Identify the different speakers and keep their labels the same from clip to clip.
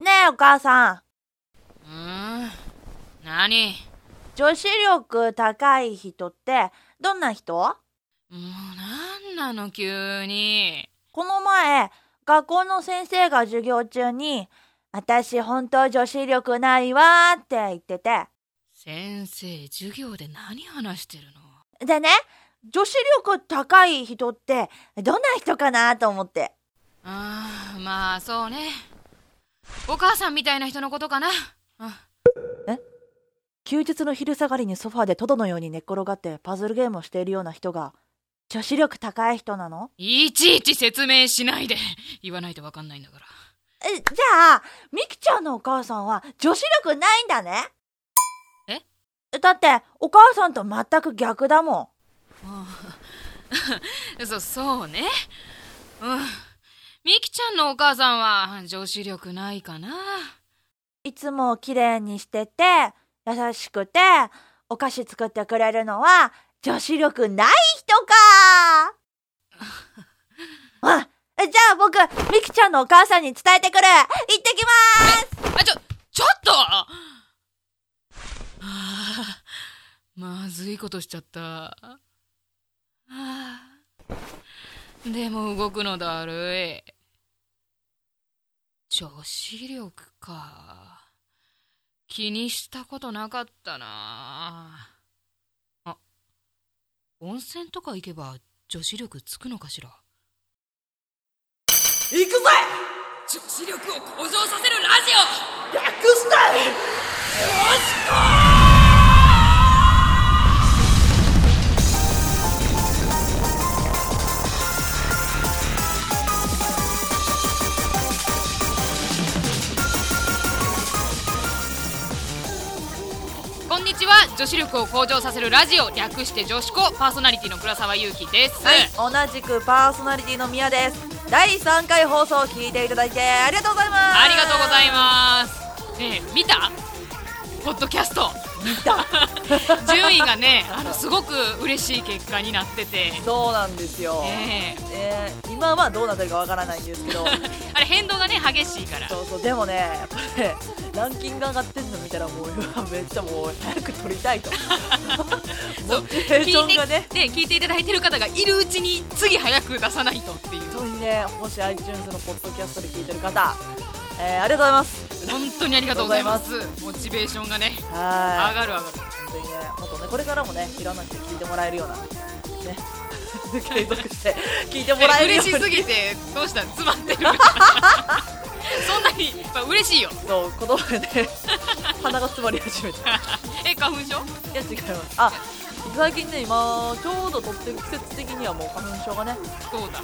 Speaker 1: ねえお母さん
Speaker 2: うーん何
Speaker 1: 女子力高い人ってどんな人
Speaker 2: もうなんなの急に
Speaker 1: この前学校の先生が授業中に「私本当女子力ないわ」って言ってて
Speaker 2: 先生授業で何話してるの
Speaker 1: でね女子力高い人ってどんな人かなと思って
Speaker 2: あーまあそうねお母さんみたいな人のことかなあ
Speaker 1: 休日の昼下がりにソファーでトドのように寝っ転がってパズルゲームをしているような人が女子力高い人なの
Speaker 2: いちいち説明しないで言わないと分かんないんだから
Speaker 1: えじゃあみきちゃんのお母さんは女子力ないんだねだってお母さんと全く逆だもん
Speaker 2: そそうねうんみきちゃんのお母さんは女子力ないかない
Speaker 1: つも綺麗にしてて、優しくて、お菓子作ってくれるのは、女子力ない人かあ、じゃあ僕、みきちゃんのお母さんに伝えてくる行ってきます
Speaker 2: あちょちょっとはあまずいことしちゃったはあでも動くのだるい女子力か気にしたことなかったなあ温泉とか行けば女子力つくのかしら
Speaker 3: 行くぜ
Speaker 2: 女子力を向上させるラジオ
Speaker 3: 略して
Speaker 2: こんにちは女子力を向上させるラジオ略して女子校パーソナリティの倉沢優希です、
Speaker 1: はい、同じくパーソナリティのみやです。第3回放送を聞いていただいてありがとうございます
Speaker 2: ありがとうございますねえ見たポッドキャ スト見た順位がねあのすごく嬉しい結果になってて
Speaker 1: す。そうなんですよ。
Speaker 2: ねえ
Speaker 1: えー今はどうなってるかわからないんですけ ど、
Speaker 2: あれ変動がね激しいから
Speaker 1: そうそうでもねやっぱりねランキング上がってんの見たらもううわめっちゃもう早く撮りたい とモチベーションがね
Speaker 2: 聞いて聞いていただいてる方がいるうちに次早く出さないとっていう
Speaker 1: 本当にねもし iTunes のポッドキャストで聞いてる方、えー、ありがとうございます
Speaker 2: 本当にありがとうございますモチベーションがね上
Speaker 1: は
Speaker 2: がる上がる
Speaker 1: い本当にねもっとねこれからもねいろんな人に聞いてもらえるよう なね継続して聞いてもらえるよう
Speaker 2: 嬉
Speaker 1: に
Speaker 2: しすぎてどうした詰 まってるそんなにやっぱ嬉しいよ
Speaker 1: そう言葉でね鼻が詰まり始めて
Speaker 2: え花粉症
Speaker 1: いや違いますあ最近ね今ちょうど撮ってる季節的にはもう花粉症がね
Speaker 2: そうだ
Speaker 1: う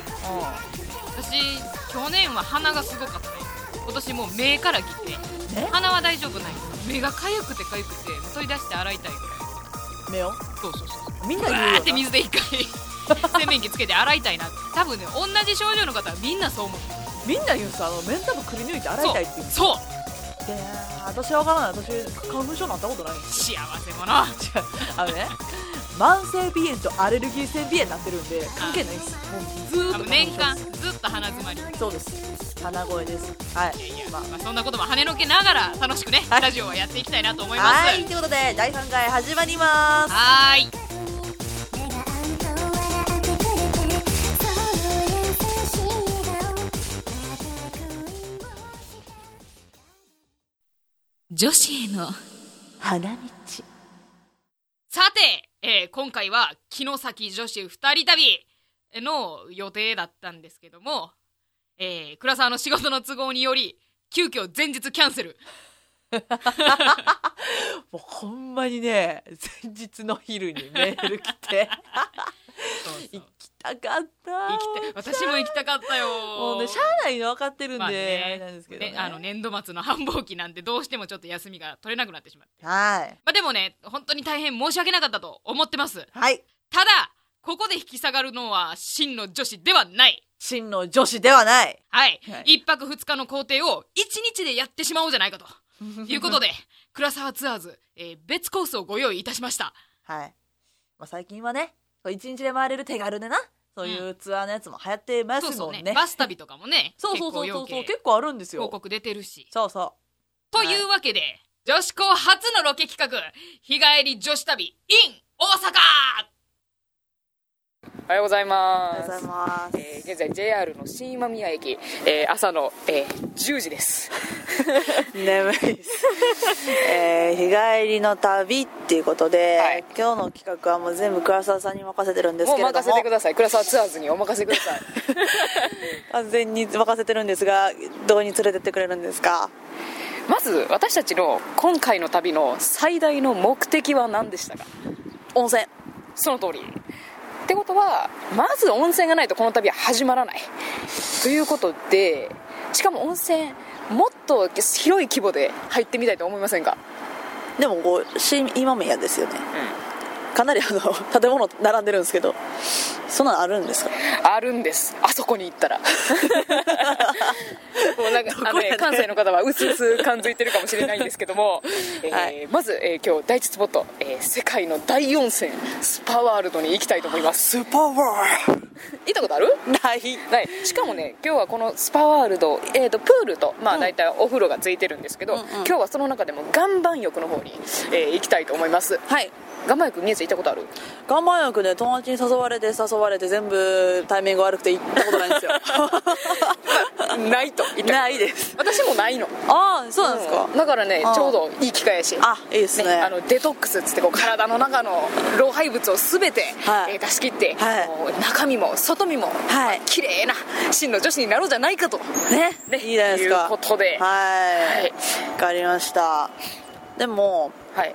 Speaker 2: 私去年は鼻がすごかったよ今年もう目から来て
Speaker 1: んね
Speaker 2: 鼻は大丈夫ない目がかゆくてかゆくて取り出して洗いたいぐ
Speaker 1: 目を
Speaker 2: らいそうそうそう
Speaker 1: みんな
Speaker 2: うわ
Speaker 1: 言う
Speaker 2: ーって
Speaker 1: よな
Speaker 2: 水で一回 洗面器つけて洗いたいなって多分ね同じ症状の方はみんなそう思って
Speaker 1: みんな言うさあの目ん玉くり抜いて洗い
Speaker 2: そう
Speaker 1: たいって言う
Speaker 2: そう
Speaker 1: で私は分からない私花粉症なった ことないんです
Speaker 2: 幸せ者
Speaker 1: 違うあのね慢性鼻炎とアレルギー性鼻炎になってるんで関係ないですもうずーっ
Speaker 2: 多
Speaker 1: と
Speaker 2: 分年
Speaker 1: 花
Speaker 2: 間
Speaker 1: 粉症
Speaker 2: ずっと鼻詰まり
Speaker 1: ですそうです鼻声ですはい
Speaker 2: いやいや、
Speaker 1: ま
Speaker 2: ま
Speaker 1: あ
Speaker 2: あ、そんなことも跳ねのけながら楽しくね、
Speaker 1: はい
Speaker 2: ラジオはやっていきたいなと思います。
Speaker 1: はいということで第3回始まります
Speaker 2: はーい。
Speaker 4: 目があんと笑ってくれてその優しい笑顔また恋
Speaker 2: 女子への。
Speaker 1: 花道
Speaker 2: さて、えー今回は城崎女子二人旅の予定だったんですけども、えー、倉沢の仕事の都合により、急遽前日キャンセル。
Speaker 1: もうほんまにね前日の昼にメール来 て行きたかった
Speaker 2: 行きた私も行きたかったよ。
Speaker 1: もうねしゃあないの分かってるんで、
Speaker 2: まあね
Speaker 1: あれなんですけどね
Speaker 2: ねあの年度末の繁忙期なんてどうしてもちょっと休みが取れなくなってしまって。
Speaker 1: はい
Speaker 2: まあでもね、本当に大変申し訳なかったと思ってます。
Speaker 1: はい
Speaker 2: ただここで引き下がるのは真の女子ではない
Speaker 1: 真の女子ではない
Speaker 2: はい、
Speaker 1: はい
Speaker 2: 一泊二日の行程を一日でやってしまおうじゃないかと いうことで倉沢ツアーズ、えー別コースをご用意いたしました
Speaker 1: はい、まあ、最近はね一日で回れる手軽でなそういうツアーのやつも流行ってま
Speaker 2: そう
Speaker 1: す
Speaker 2: そ
Speaker 1: も
Speaker 2: うん
Speaker 1: ね。
Speaker 2: ねバス旅とかもね
Speaker 1: そうそうそうそ
Speaker 2: 結構
Speaker 1: う
Speaker 2: 要
Speaker 1: そう
Speaker 2: 件
Speaker 1: 結構あるんです
Speaker 2: 広
Speaker 1: よ。
Speaker 2: 告出てるし
Speaker 1: そうそ
Speaker 2: というわけで、女子校初のロケ企画日帰り女子旅 in 大阪
Speaker 5: おはようございま
Speaker 1: う。ありがとうございます。
Speaker 5: えー現在 JR の新今宮駅、えー朝の、えー10時です。
Speaker 1: 眠いです、 えー日帰りの旅っていうことで、
Speaker 5: はい
Speaker 1: 今日の企画はもう全部倉沢さんに任せてるんです
Speaker 5: もう
Speaker 1: けれども
Speaker 5: 任せてください。倉沢ツアーズにお任せく ださい。
Speaker 1: 完全に任せてるんですがどこに連れてってくれるんですか
Speaker 5: まず私たちの今回の旅の最大の目的は何でしたか。
Speaker 1: 温泉
Speaker 5: その通り。ってことはまず温泉がないとこの旅は始まらない。ということで、しかも温泉もっと広い規模で入ってみたいと思いませんか。
Speaker 1: でもこう新今宮ですよねかなりあの建物並んでるんですけどそんなのあるんですか
Speaker 5: あるんですあそこに 行ったらもうなんか、あのね関西の方はうすうす感づいてるかもしれないんですけども、えー
Speaker 1: はい
Speaker 5: まず、えー今日第一スポット、えー世界の大温泉スパワールドに行きたいと思います
Speaker 1: スーパーワー
Speaker 5: 行ったことある
Speaker 1: ない
Speaker 5: ないしかもね今日はこのスパワールド、えー、とプールとまあ大体お風呂がついてるんですけど、
Speaker 1: うんうん
Speaker 5: 今日はその中でも岩盤浴の方に、えー行きたいと思います
Speaker 1: はい
Speaker 5: 岩盤浴宮地行ったことある
Speaker 1: 岩盤浴で友達に誘われて誘われて全部タイミング悪くて行ったことないんですよ
Speaker 5: ないと言った
Speaker 1: ないです
Speaker 5: 私もないの
Speaker 1: ああそうなんですか、
Speaker 5: だからね
Speaker 1: あー
Speaker 5: ちょうどいい機会やし
Speaker 1: あいいですね
Speaker 5: あのデトックスっつってこう体の中の老廃物を全て、
Speaker 1: はい
Speaker 5: えー出し切って、
Speaker 1: はい
Speaker 5: もう中身も外身も、
Speaker 1: はい
Speaker 5: 綺麗な真の女子になろうじゃないかと、
Speaker 1: ね
Speaker 5: ね
Speaker 1: いいじゃないですか
Speaker 5: いうこと
Speaker 1: は
Speaker 5: で
Speaker 1: い、
Speaker 5: はい
Speaker 1: 分かりましたでも
Speaker 5: はい、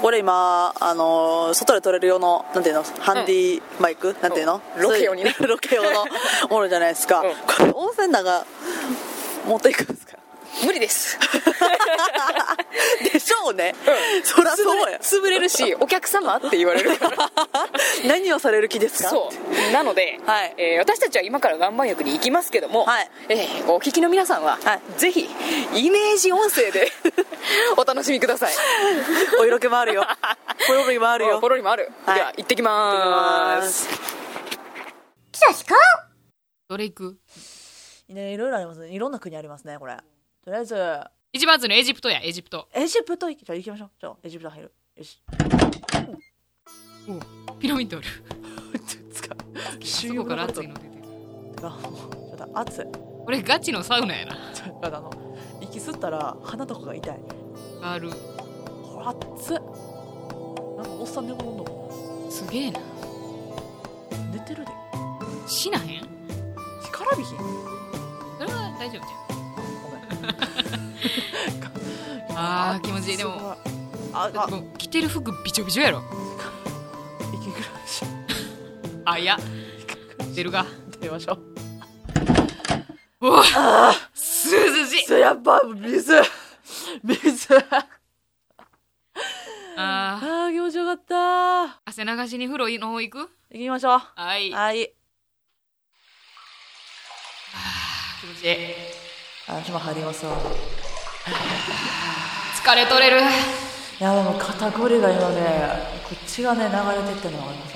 Speaker 1: これ今あのー外で撮れる用のなんていうのハンディマイク、なんていうの
Speaker 5: ロケ用にね
Speaker 1: そういうロケ用 のものじゃないですか、
Speaker 5: うん
Speaker 1: これ温泉なんか持っていくん ですか
Speaker 5: 無 理です
Speaker 1: でしょうね、そりゃそうや
Speaker 5: 潰れるしお客様って言われ るから
Speaker 1: 何をされる気ですか
Speaker 5: そうなので、
Speaker 1: はい
Speaker 5: えー私たちは今から岩盤浴に行きますけども、
Speaker 1: はい
Speaker 5: えーお聞きの皆さんは、
Speaker 1: は
Speaker 5: ぜひイメージ音声で お楽しみください
Speaker 1: お色気もあ るよポロリもあるよ
Speaker 5: ポロリもある、
Speaker 1: はい
Speaker 5: では行ってきます
Speaker 4: 女子校
Speaker 2: どれ行く
Speaker 1: ねいろいろありますねいろんな国ありますねこれとりあえず
Speaker 2: 一番ずのエジプトやエジプト
Speaker 1: エジプト行きじゃあ行きましょうじゃあエジプト入るよし
Speaker 2: ピラミッドある
Speaker 1: つか
Speaker 2: そこから熱いの出てる
Speaker 1: あもうちょっと熱い
Speaker 2: これガチのサウナやな
Speaker 1: ちょっとあの息吸ったら鼻とかが痛い
Speaker 2: ある
Speaker 1: これ熱っなんかおっさん寝転んの
Speaker 2: すげえな
Speaker 1: 寝てるで
Speaker 2: 死なへん
Speaker 1: 干からびひんご
Speaker 2: それは大丈夫じ
Speaker 1: めん
Speaker 2: あー気持ちいいでも
Speaker 1: すごあ
Speaker 2: ゃん
Speaker 1: あ
Speaker 2: もう着てる服びちょびちょやろ
Speaker 1: 息苦し
Speaker 2: あいや
Speaker 1: い
Speaker 2: 出るか
Speaker 1: 出ましょう
Speaker 2: うわ涼しい
Speaker 1: 水やっぱ水水あ
Speaker 2: あー
Speaker 1: ー気持ちよかった
Speaker 2: 汗流しに風呂の方行く
Speaker 1: 行きましょう
Speaker 2: はい
Speaker 1: はい
Speaker 2: 気持ちいい
Speaker 1: あ今入りますわ
Speaker 2: 疲れ取れる
Speaker 1: いやでも肩こりが今ねこっちがね流れてってるのが分かります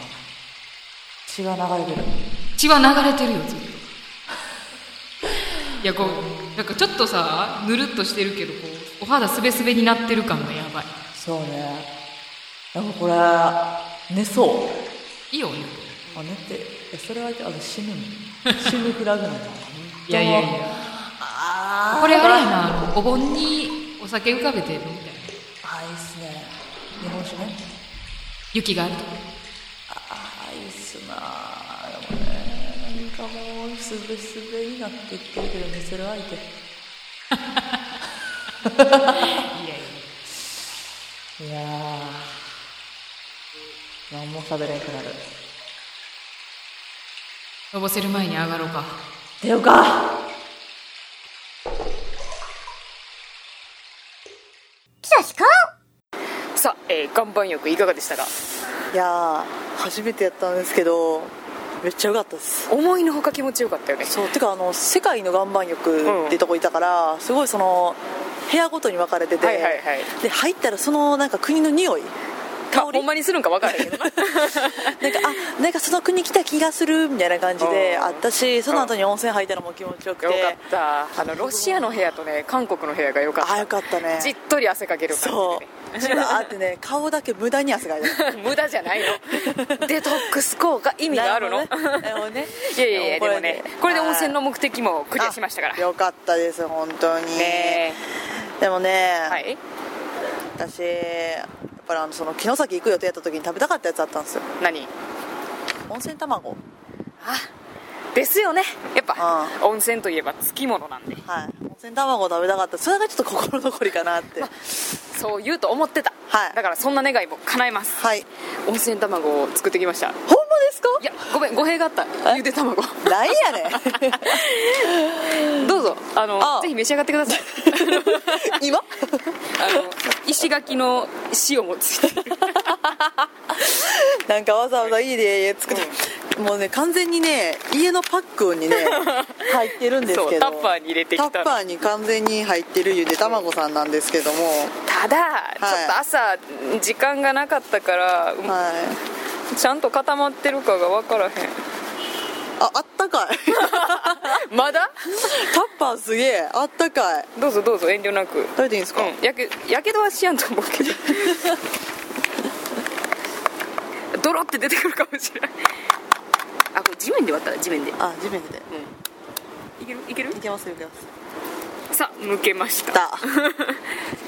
Speaker 1: 血が流れてる
Speaker 2: 血は流れてるよずっといやこうなんかちょっとさぬるっとしてるけどこうお肌すべすべになってる感がやばい
Speaker 1: そうねでもこれ寝そう
Speaker 2: いいよ
Speaker 1: あ寝てえそれはあの死ぬの死ぬフラグなの
Speaker 2: いやいやいや
Speaker 1: あ
Speaker 2: これあれやなあのお盆にお酒浮かべてるみたいな
Speaker 1: あいいっすね日本酒ね
Speaker 2: 雪があると
Speaker 1: あいいっすなでもねなんかもうすべすべになっていってるけど寝せる相手いやいやー何も喋れなくなる
Speaker 2: のぼせる前に上がろうか
Speaker 1: 出ようか
Speaker 4: 女子校
Speaker 5: さあ、えー岩盤浴いかがでしたか
Speaker 1: いやー初めてやったんですけどめっちゃ良かったです
Speaker 5: 思いのほか気持ちよかったよね
Speaker 1: そうてかあの世界の岩盤浴っていうとこいたから、すごいその部屋ごとに分かれてて、
Speaker 5: はいはいはい
Speaker 1: で入ったらそのなんか国の匂い
Speaker 5: か
Speaker 1: 香
Speaker 5: ほ
Speaker 1: り
Speaker 5: んまにするんか分からへんけど な
Speaker 1: なんかあなんかその国来た気がするみたいな感じで
Speaker 5: うん
Speaker 1: あったしその後に温泉入ったのも気持ちよくて
Speaker 5: よかったあのロシアの部屋とね韓国の部屋がよかった
Speaker 1: あよかったね
Speaker 5: じっとり汗かける感
Speaker 1: そ
Speaker 5: じ
Speaker 1: うじわーってね顔だけ無駄に汗がいて
Speaker 5: でね無駄じゃない のデトックス効果 意味があるの、
Speaker 1: なほどねなるほどね
Speaker 5: いやいやいやでもねこれで温泉の
Speaker 1: はい
Speaker 5: 目的もクリアしましたから
Speaker 1: あよかったです本当に、
Speaker 5: ね
Speaker 1: でもね、
Speaker 5: えはい
Speaker 1: 私やっぱりあのその城崎行く予定やった時に食べたかったやつあったんですよ
Speaker 5: 何
Speaker 1: 温泉卵
Speaker 5: ですよねやっぱ温泉といえばつきものなんで
Speaker 1: はい温泉卵食べたかったそれがちょっと心残りかなって、
Speaker 5: そう言うと思ってた、
Speaker 1: はい
Speaker 5: だからそんな願いも叶えます
Speaker 1: はい
Speaker 5: 温泉卵を作ってきました
Speaker 1: ほんまですか
Speaker 5: いやごめん語弊があったゆで卵
Speaker 1: なんやねん
Speaker 5: どうぞあの
Speaker 1: あ
Speaker 5: ぜひ召し上がってください
Speaker 1: 今
Speaker 5: あの石垣の塩もついてる
Speaker 1: なんかわざわざ家で作って、もうね完全にね家のパックに ね入ってるんです
Speaker 5: そ
Speaker 1: け
Speaker 5: う
Speaker 1: ど
Speaker 5: タッパーに入れてき
Speaker 1: タ
Speaker 5: た
Speaker 1: ッパーに完全に入ってるゆで卵さんなんですけども
Speaker 5: ただ、ちょっと朝時間がなかったから、
Speaker 1: はい
Speaker 5: ちゃんと固まってるかが分からへん
Speaker 1: ああったか い
Speaker 5: まだ
Speaker 1: タッパーすげえあったかい
Speaker 5: どうぞどうぞ遠慮なく
Speaker 1: 食べていいんですか、
Speaker 5: うんやけやけどはしやんと思うけ どドロって出てくるかもしれないあこれ地面で割ったら地面で
Speaker 1: あ地面で
Speaker 5: いけるいける
Speaker 1: いけますいけます
Speaker 5: さあ抜け ました
Speaker 1: だ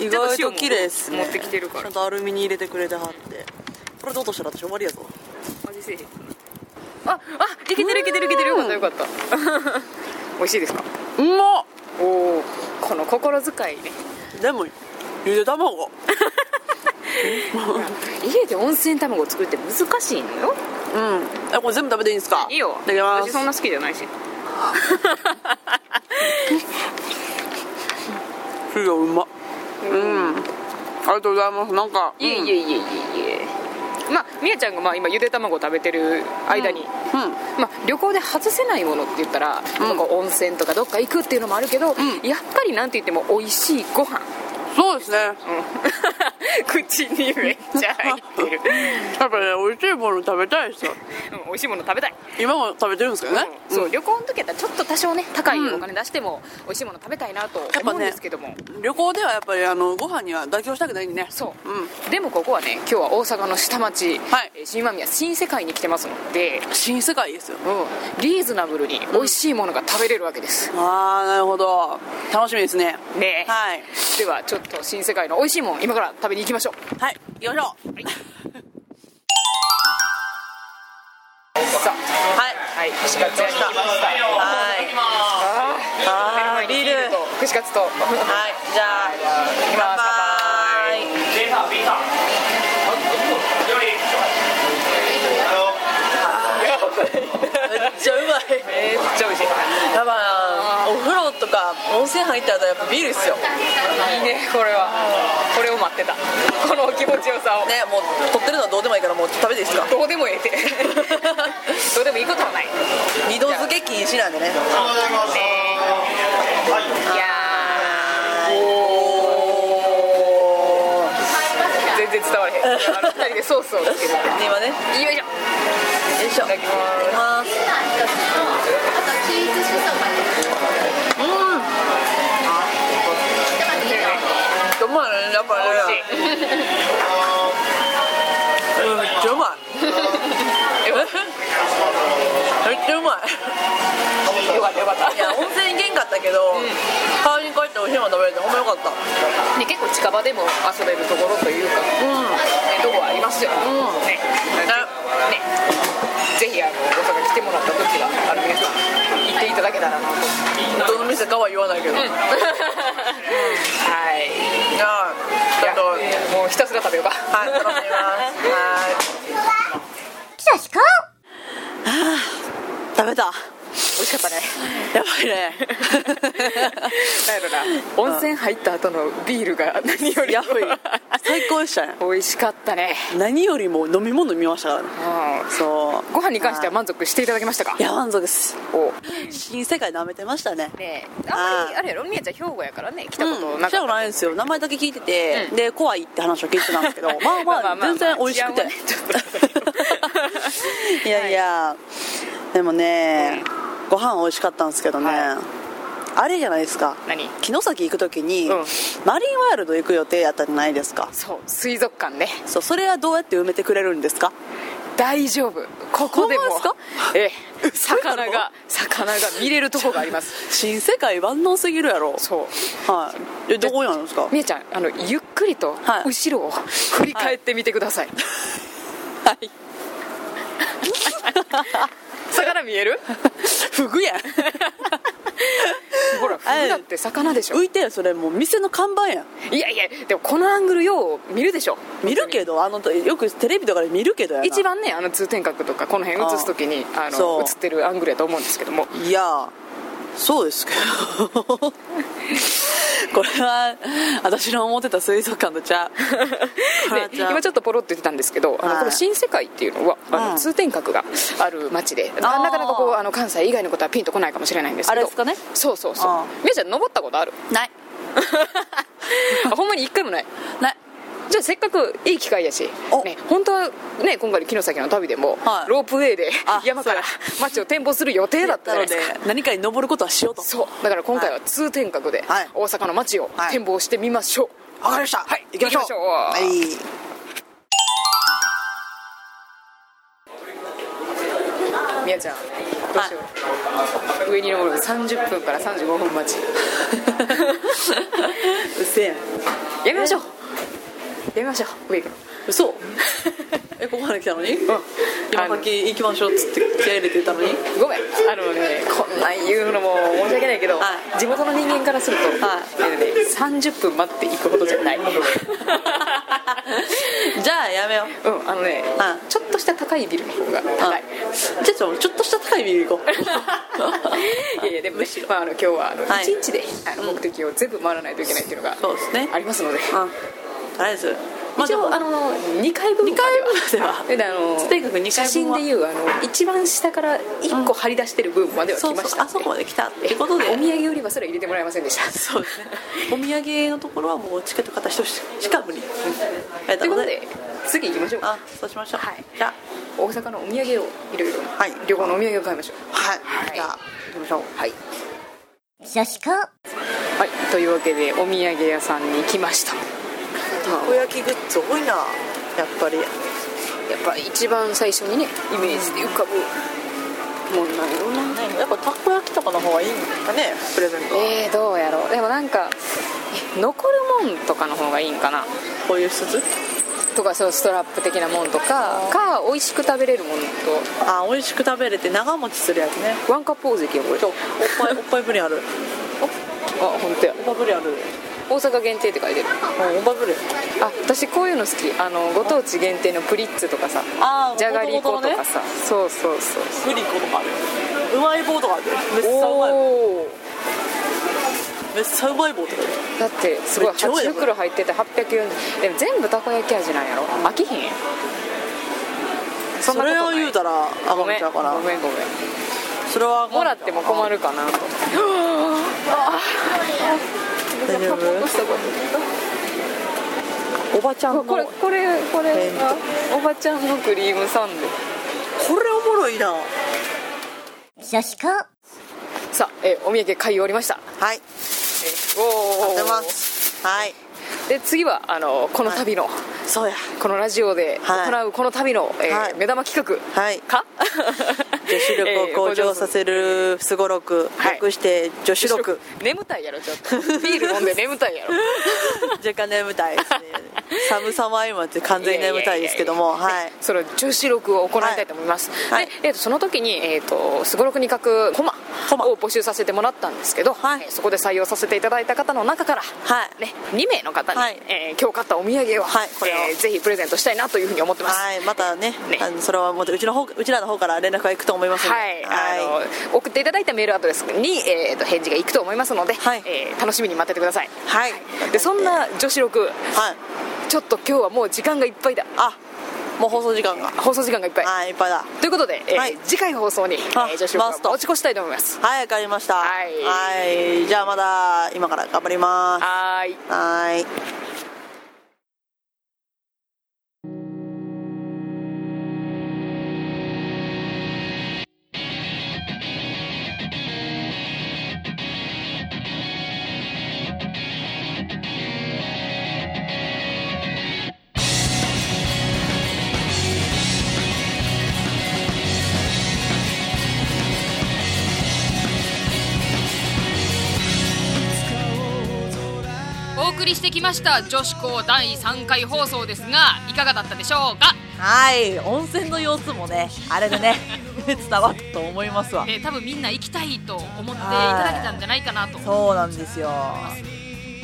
Speaker 1: 意
Speaker 5: ちょっと
Speaker 1: 外
Speaker 5: 塩
Speaker 1: と
Speaker 5: も
Speaker 1: 綺麗ですね
Speaker 5: 持ってきてるから
Speaker 1: ちゃんとアルミに入れてくれてはってこれどうとしたら私終わりやぞ
Speaker 5: 味せえへんああいけてるいけてるいけてるよかったよかった 美味しいですか
Speaker 1: うまっ
Speaker 5: おおこの心遣いね
Speaker 1: でもゆで卵
Speaker 5: 家で温泉卵作るって難しいのよ
Speaker 1: うんえこれ全部食べていいんですか
Speaker 5: いいよ
Speaker 1: いただきま
Speaker 5: 私
Speaker 1: す
Speaker 5: そんな好きじゃないし
Speaker 1: フィオうまうん、ありがとうございますなんか
Speaker 5: いえいえいえいえいえまあみやちゃんがまあ今ゆで卵を食べてる間に、
Speaker 1: うん
Speaker 5: まあ、旅行で外せないものって言ったら、なんか温泉とかどっか行くっていうのもあるけど、やっぱりなんて言っても美味しいご飯、
Speaker 1: そうですね
Speaker 5: うん、 口にめっちゃ入ってる、
Speaker 1: やっぱね美味しいもの食べたいですよ
Speaker 5: うん、美味しいもの食べたい、
Speaker 1: 今も食べてるんですけどね、
Speaker 5: うんそう旅行の時やったらちょっと多少ね高いお金出しても美味しいもの食べたいなと
Speaker 1: ぱね
Speaker 5: 思うんですけども、
Speaker 1: 旅行ではやっぱりあのご飯には妥協したくないんでね
Speaker 5: そう、
Speaker 1: うん
Speaker 5: でもここはね今日は大阪の下町、
Speaker 1: はい
Speaker 5: えー新間宮新世界に来てますので、
Speaker 1: 新世界ですよ
Speaker 5: うん、リーズナブルに美味しいものが食べれるわけです、
Speaker 1: ああなるほど楽しみですね
Speaker 5: ねえ
Speaker 1: はい
Speaker 5: ではちょっと新世界の美味しいもん今から食べに行きましょう
Speaker 1: はい行きましょう
Speaker 5: さあ
Speaker 1: はい
Speaker 5: はい串カツ屋に行きました
Speaker 1: はい
Speaker 5: あ
Speaker 1: あ
Speaker 5: ー
Speaker 1: ービール
Speaker 5: と串カツと
Speaker 1: はいじゃあ行きます乾杯めっちゃうまい
Speaker 5: めっちゃ美味しい
Speaker 1: やばいなお風呂とか温泉入った後やっぱビールっすよね
Speaker 5: いいねこれはこれを待ってたこの気持ちよさを
Speaker 1: もう取ってるのはどうでもいいからもう食べていいっすか
Speaker 5: どうでもえ えてどうでもいいことはないい
Speaker 1: 二度漬け禁止なんでね
Speaker 5: やーおー全然伝われへんあの二人でソースをつけて
Speaker 1: で今ねよ
Speaker 5: よいしょ
Speaker 1: いしょいただきますうまいねやっぱね
Speaker 5: 美味しい
Speaker 1: めっちゃうまいめっちゃうま
Speaker 5: よかったよかった
Speaker 1: いいや温泉行けんかったけど代わりにこうやっておいしいもの食べれてほんまよかった
Speaker 5: ね、結構近場でも遊べるところというか、ね、とこはありますよ、ねねぜひあの大阪来てもらった時はあの皆さん行っていただけた らなと、
Speaker 1: どの店かは言わない けど、いや
Speaker 5: はい
Speaker 1: ーちょっとはい
Speaker 5: いやもうひたすら食べようか
Speaker 1: 楽しみますはい食べた
Speaker 5: 美味しかったね
Speaker 1: やばいね
Speaker 5: なんやろなから 温泉入った後のビールが何より
Speaker 1: やばい最高でしたね
Speaker 5: 美味しかったね、
Speaker 1: 何よりも飲み物見ましたからね
Speaker 5: うん、
Speaker 1: そう
Speaker 5: ご飯に関しては満足していただけましたか
Speaker 1: いや満足です
Speaker 5: お
Speaker 1: 新世界舐めてましたね
Speaker 5: ねえあんま
Speaker 1: あ
Speaker 5: り
Speaker 1: ー
Speaker 5: あれやろみやちゃん兵庫やからね来たこと
Speaker 1: うん
Speaker 5: な
Speaker 1: 来た
Speaker 5: か
Speaker 1: こと
Speaker 5: った
Speaker 1: ないんですよ名前だけ聞いてて、
Speaker 5: うん
Speaker 1: で怖いって話を聞いてたんです けどまあまあ全然美味しくて、
Speaker 5: 治安はねちょっとだけど
Speaker 1: いやいや、でもね、ご飯美味しかったんですけどね、
Speaker 5: はい
Speaker 1: あれじゃないですか
Speaker 5: 何
Speaker 1: 城崎行く時に、
Speaker 5: うん
Speaker 1: マリンワールド行く予定やったじゃないですか
Speaker 5: そう水族館ね
Speaker 1: そうそれはどうやって埋めてくれるんですか
Speaker 5: 大丈夫ここでも
Speaker 1: ほんまですか
Speaker 5: ええ
Speaker 1: 嘘やろ
Speaker 5: 魚が魚が見れるとこがあります
Speaker 1: 新世界万能すぎるやろ
Speaker 5: そう
Speaker 1: はいえどこなんですか
Speaker 5: みやちゃんあのゆっくりと
Speaker 1: はい
Speaker 5: 後ろを振り返ってみてください、
Speaker 1: はい
Speaker 5: 魚見える
Speaker 1: フグやん
Speaker 5: ほらフグだって魚でしょ
Speaker 1: 浮いてるそれもう店の看板やん
Speaker 5: いやいやでもこのアングルよう見るでしょ
Speaker 1: 見るけどあのよくテレビとかで見るけどやな
Speaker 5: 一番ねあの通天閣とかこの辺映す時にあ
Speaker 1: そ
Speaker 5: の
Speaker 1: う
Speaker 5: 映ってるアングルやと思うんですけども
Speaker 1: いやそうですけど これは私の思ってた水族館とち ゃうこれは
Speaker 5: で
Speaker 1: ちゃう
Speaker 5: 今ちょっとポロっと言ってたんですけどあの
Speaker 1: はい
Speaker 5: この新世界っていうのはあ
Speaker 1: う
Speaker 5: の
Speaker 1: ん
Speaker 5: 通天閣がある町でなかなかこうあの関西以外のことはピンとこないかもしれないんですけ
Speaker 1: あ
Speaker 5: ど
Speaker 1: れですかね
Speaker 5: そうそうそう
Speaker 1: あー
Speaker 5: みやちゃん登ったこと ある
Speaker 1: ない
Speaker 5: あほんまに一回もない
Speaker 1: ない
Speaker 5: じゃあせっかくいい機会やし、
Speaker 1: お
Speaker 5: ね、本当はね今回の城崎の旅でも、
Speaker 1: はい
Speaker 5: ロープウェイで
Speaker 1: あ
Speaker 5: 山から町を展望する予定だったじゃないですか
Speaker 1: なので何かに登ることはしようと
Speaker 5: そうだから今回は通天閣で
Speaker 1: はい
Speaker 5: 大阪の街を展望してみましょう、
Speaker 1: わかりました
Speaker 5: はい
Speaker 1: 行きましょう
Speaker 5: 行きましょうみやちゃんどうしよう上に登る30分から35分 待ち
Speaker 1: うっせえ
Speaker 5: やめましょうやめましょう上行くの
Speaker 1: 嘘えここまで来たのに今さっき行きましょうっつって気合い入れてた のに
Speaker 5: ごめんあのねこんなん言うのも申し訳ないけど、
Speaker 1: はい
Speaker 5: 地元の人間からすると、
Speaker 1: は
Speaker 5: えのね30分待っていくほどじゃない
Speaker 1: じゃあやめよう
Speaker 5: うんあのね、
Speaker 1: はい
Speaker 5: ちょっとした高いビルの方が高い、
Speaker 1: じゃあちょっとちょっとした高いビル行こう
Speaker 5: いやいやでもね、まあ、あの今日はあの
Speaker 1: はい
Speaker 5: 一日で、あの目的を全部回らないといけないっていうのが
Speaker 1: そうですね
Speaker 5: ありますので、
Speaker 1: うんとりあえずまあ
Speaker 5: 一
Speaker 1: でも
Speaker 5: 応あの2回分までは
Speaker 1: 二回分までは
Speaker 5: であの
Speaker 1: とにかく二
Speaker 5: 写
Speaker 1: 回分
Speaker 5: 真
Speaker 1: は
Speaker 5: でいうあの一番下から1個張り出してる部分までは
Speaker 1: そ
Speaker 5: 来
Speaker 1: う
Speaker 5: まし
Speaker 1: そう
Speaker 5: た
Speaker 1: あそこまで来たっ
Speaker 5: え
Speaker 1: てことで
Speaker 5: お土産売り場すら入れてもらえませんでした
Speaker 1: そうですね。お土産のところはもうチケット買った人しか無理。え
Speaker 5: ということで次行きましょうか
Speaker 1: あ、そうしましょう。
Speaker 5: はい
Speaker 1: じゃあ、
Speaker 5: 大阪のお土産をいろいろ
Speaker 1: はい
Speaker 5: 旅行のお土産を買いましょう
Speaker 1: はい。
Speaker 5: い
Speaker 1: じゃあ、行きましょう。
Speaker 5: はい、
Speaker 6: 女子校
Speaker 5: はい、というわけでお土産屋さんに来ました
Speaker 1: たこ焼きグッズ多いな。やっぱり。
Speaker 5: やっぱ一番最初にねイメージで浮かぶもんなんやろうな
Speaker 1: やっぱたこ焼きとかの方がいいんですかね。プレゼントは。
Speaker 5: えー、どうやろうでもなんかえ残るもんとかの方がいいんかな
Speaker 1: こういう鈴。
Speaker 5: とかそうストラップ的なもんとかか美味しく食べれるもん
Speaker 1: あ、美味しく食べれて長持ちするやつね。
Speaker 5: とワンカップ大関やこれ
Speaker 1: ちょ、おっぱい、おっぱいぶりある。
Speaker 5: あ本当や
Speaker 1: おっぱいぶりある。
Speaker 5: 大阪限定って書いてる
Speaker 1: うんおっぱいぶり。
Speaker 5: あ私こういうの好きあのご当地限定のプリッツとかさ
Speaker 1: あー
Speaker 5: じゃがりこと
Speaker 1: 元々の
Speaker 5: か
Speaker 1: ね
Speaker 5: さ、そうそうそう
Speaker 1: グリコとかある。うまい棒とかある。めっちゃうまい。
Speaker 5: おお
Speaker 1: めっちゃうまい棒とかある。
Speaker 5: だってすごい
Speaker 1: めっちゃ多い
Speaker 5: 8
Speaker 1: よこれ
Speaker 5: 袋入ってて840でも全部たこ焼き味なんやろ飽きひん
Speaker 1: そ
Speaker 5: んなこ
Speaker 1: れ
Speaker 5: とない
Speaker 1: を言うたら、あ、ご
Speaker 5: ご
Speaker 1: め
Speaker 5: め
Speaker 1: ん
Speaker 5: ん
Speaker 1: ちゃうかな
Speaker 5: ご。めんごめん
Speaker 1: それは
Speaker 5: もらっても困るかなと
Speaker 1: 大丈夫おばちゃんの
Speaker 5: これ
Speaker 1: こ
Speaker 5: これこれ
Speaker 1: 弁
Speaker 5: あおばちゃんのクリームサン
Speaker 1: れおもろいなは
Speaker 6: 女子校
Speaker 5: ドさあ、えーお土産買い終わりました、
Speaker 1: い
Speaker 5: えーおー
Speaker 1: 出ますはい
Speaker 5: で次はあのこの旅の、
Speaker 1: そうや
Speaker 5: このラジオで
Speaker 1: はい
Speaker 5: 行うこの旅の、えー
Speaker 1: はい
Speaker 5: 目玉企画
Speaker 1: はい
Speaker 5: か
Speaker 1: 女子 力を向上させるすごろく
Speaker 5: はい
Speaker 1: 略して女子力
Speaker 5: 眠たいやろちょっとビール飲んで眠たいやろ
Speaker 1: 若干眠たいですね寒さも相まって完全に眠たいですけどもはい
Speaker 5: それを女子力を行いたいと思います、
Speaker 1: はい
Speaker 5: で、えー、とその時にえっ、とすごろくに書くコマ
Speaker 1: コマ
Speaker 5: を募集させてもらったんですけど、
Speaker 1: はい
Speaker 5: えーそこで採用させていただいた方の中から、
Speaker 1: はい
Speaker 5: ね、2名の方に、
Speaker 1: はい
Speaker 5: えー今日買ったお土産を,、
Speaker 1: はいこれを
Speaker 5: えーぜひプレゼントしたいなというふうに思ってます、
Speaker 1: はいまたね
Speaker 5: ね
Speaker 1: あのそれはもううちの方うちらの方から連絡が行くと
Speaker 7: 思いますので
Speaker 5: はい、あの送っていただいたメールアドレスに、えーと返事がいくと思いますので、
Speaker 7: はい
Speaker 5: えー楽しみに待っててください
Speaker 7: はい
Speaker 5: でそんな女子力
Speaker 7: はい
Speaker 5: ちょっと今日はもう時間がいっぱいだ
Speaker 7: あもう放送時間が
Speaker 5: 放送時間がいっぱい、
Speaker 7: はいいっぱいだ
Speaker 5: ということで、えー
Speaker 7: はい
Speaker 5: 次回の放送に、え
Speaker 7: あ
Speaker 5: ー、女子力
Speaker 7: マス
Speaker 5: を
Speaker 7: ト
Speaker 5: 持ち越したいと思います
Speaker 7: はいわかりました
Speaker 5: はい
Speaker 7: はいじゃあまだ今から頑張ります
Speaker 5: はーい
Speaker 7: はい
Speaker 2: お送りしてきました女子校第3回放送ですがいかがだったでしょうか、
Speaker 1: はい温泉の様子もねあれでね 伝わったと思いますわ
Speaker 2: えー多分みんな行きたいと思っていただけたんじゃないかなと
Speaker 1: そうなんですよ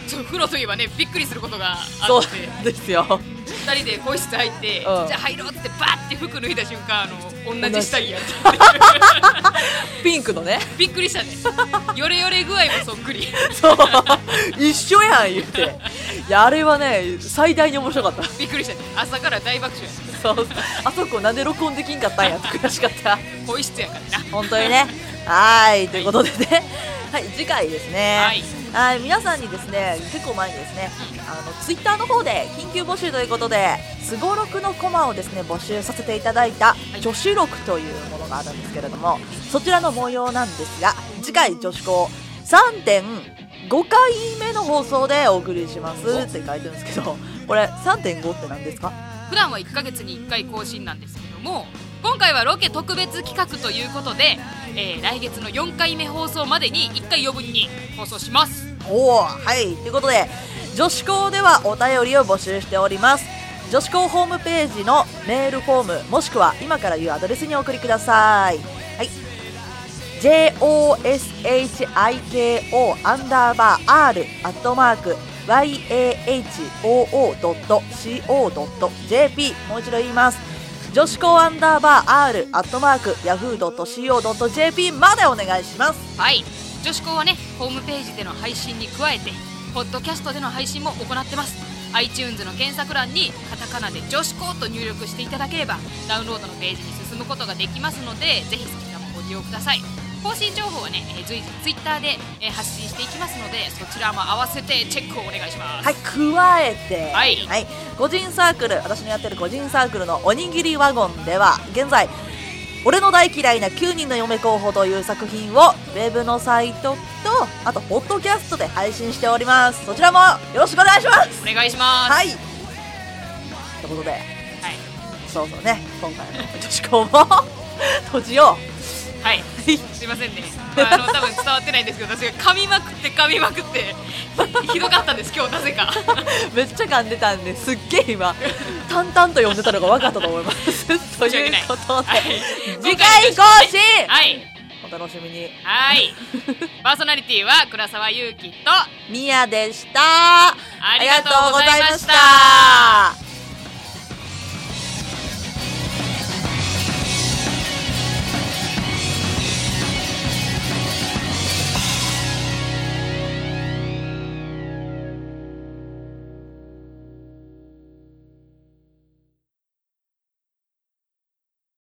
Speaker 2: ちょっと風呂といえばねびっくりすることがあ
Speaker 1: そう
Speaker 2: って
Speaker 1: ですよ
Speaker 2: 2人で更衣室入って、じゃあ入ろうってバーって服脱いだ瞬間あの同じ下着や って
Speaker 1: ピンクのね
Speaker 2: びっくりしたねヨレヨレ具合もそっくり
Speaker 1: そう一緒やん言っていやあれはね最大に面白かった
Speaker 2: びっくりしたね朝から大爆笑やね
Speaker 1: そうあそこなんで録音できんかったんやって悔しかった
Speaker 2: 更衣室やからな
Speaker 1: 本当にねはいということでねはい次回ですね
Speaker 2: はい
Speaker 1: はい皆さんにですね結構前にですねあのツイッターの方で緊急募集ということですごろくのコマをですね募集させていただいた女子録というものがあるんですけれどもそちらの模様なんですが次回女子校3.5回目の放送でお送りしますって書いてるんですけどこれ3.5って何ですか
Speaker 2: 普段は1ヶ月に1回更新なんですけども今回はロケ特別企画ということで、えー来月の4回目放送までに1回余分に放送します
Speaker 1: おおはいということで女子校ではお便りを募集しております女子校ホームページのメールフォームもしくは今から言うアドレスにお送りくださいはい joshiko アンダーバー r アットマーク yahoo.co.jp もう一度言います女子校アンダーバー r アットマーク yahoo.co.jp までお願いします
Speaker 2: はい女子校はねホームページでの配信に加えてポッドキャストでの配信も行ってます iTunes の検索欄にカタカナで「女子校」と入力していただければダウンロードのページに進むことができますのでぜひそちらもご利用ください更新情報はね、えー随時 Twitter で、えー発信していきますのでそちらも合わせてチェックをお願いします
Speaker 1: はい、加えて、
Speaker 2: はい
Speaker 1: 個人サークル私のやってる個人サークルの「おにぎりワゴン」では現在「俺の大嫌いな9人の嫁候補」という作品をウェブのサイトとあとポッドキャストで配信しておりますそちらもよろしくお願いします
Speaker 2: お願いします
Speaker 1: はいということで
Speaker 2: はい、
Speaker 1: そろそろね今回の女子校も 閉じよ
Speaker 2: はい、すいませんね、まあ、あの多分伝わってないんですけど私が噛みまくって噛みまくってひひどかったんです今日なぜか
Speaker 1: うめっちゃ噛んでたんですっげえ今淡々と呼んでたのが分かったと思いますと
Speaker 2: 申し
Speaker 1: い
Speaker 2: 訳
Speaker 1: う
Speaker 2: ない
Speaker 1: ことで、
Speaker 2: はい
Speaker 1: 次回更新
Speaker 2: はい
Speaker 1: お楽しみに
Speaker 2: はい パーソナリティは倉沢祐樹と
Speaker 1: ミヤでした。あ
Speaker 2: りがとうございま
Speaker 1: りがとうござ
Speaker 2: した
Speaker 1: いました